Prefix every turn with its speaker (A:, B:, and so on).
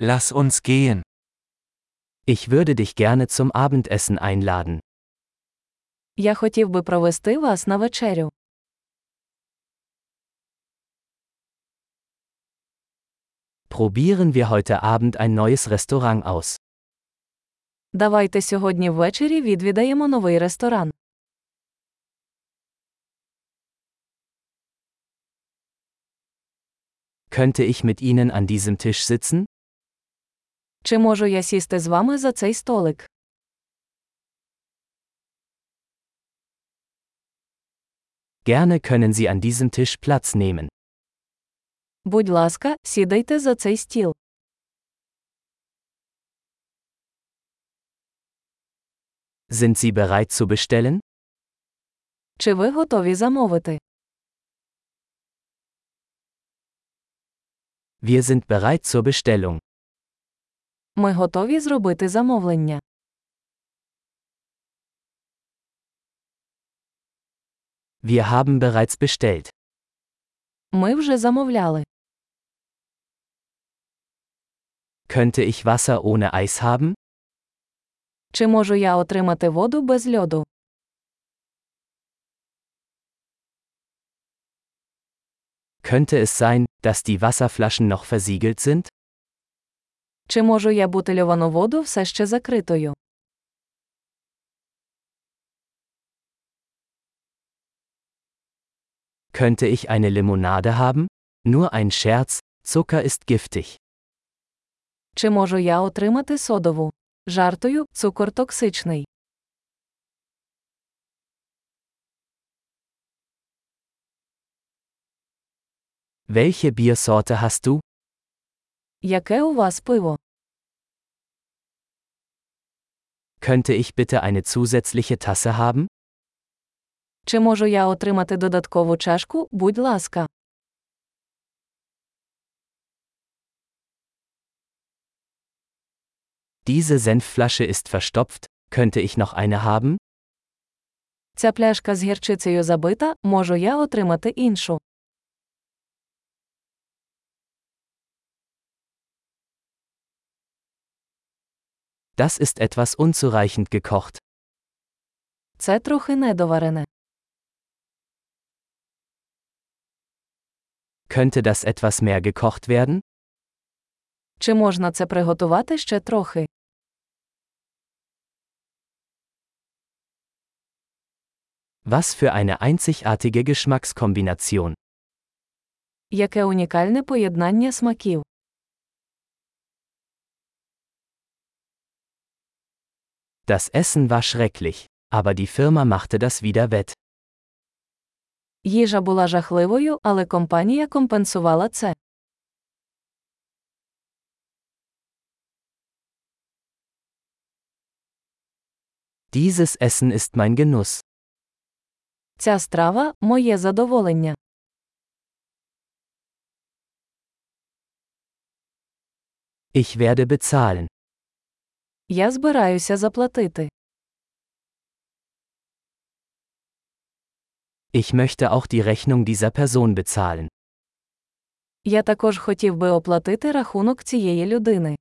A: Lass uns gehen.
B: Ich würde dich gerne zum Abendessen einladen.
C: Я хотів би провести вас на вечерю.
B: Probieren wir heute Abend ein neues Restaurant aus.
C: Давайте сьогодні ввечері відвідаємо новий ресторан.
B: Könnte ich mit Ihnen an diesem Tisch sitzen?
C: Чи можу я сісти з вами за цей столик?
B: Gerne können Sie an diesem Tisch Platz nehmen.
C: Будь ласка, сідайте за цей стіл.
B: Sind Sie bereit zu bestellen?
C: Чи ви готові замовити?
B: Wir sind bereit zur Bestellung.
C: Ми готові зробити замовлення.
B: Wir haben bereits bestellt.
C: Ми вже замовляли.
B: Könnte ich Wasser ohne Eis haben?
C: Чи можу я отримати воду без льоду?
B: Könnte es sein, dass die Wasserflaschen noch versiegelt sind?
C: Чи можу я бутильовану воду все ще закритою?
B: Könnte ich eine Limonade haben? Nur ein Scherz, Zucker ist giftig.
C: Чи можу я отримати содову? Жартою, цукор токсичний.
B: Welche Biersorte hast du?
C: Яке у вас пиво?
B: Könnte ich bitte eine zusätzliche Tasse haben?
C: Чи можу я отримати додаткову чашку, будь ласка.
B: Diese Senfflasche ist verstopft, könnte ich noch eine haben?
C: Ця пляшка з гірчицею забита, можу я отримати іншу.
B: Das ist etwas unzureichend gekocht.
C: Це трохи недоварене.
B: Könnte das etwas mehr gekocht werden?
C: Чи можна це приготувати ще трохи?
B: Was für eine einzigartige Geschmackskombination.
C: Яке унікальне поєднання смаків.
B: Das Essen war schrecklich, aber die Firma machte das wieder wett.
C: Їжа була жахливою, але компанія компенсувала це.
B: Dieses Essen ist mein Genuss.
C: Ця страва моє задоволення.
B: Ich werde bezahlen.
C: Я збираюся заплатити.
B: Ich möchte auch die Rechnung dieser Person bezahlen.
C: Я також хотів би оплатити рахунок цієї людини.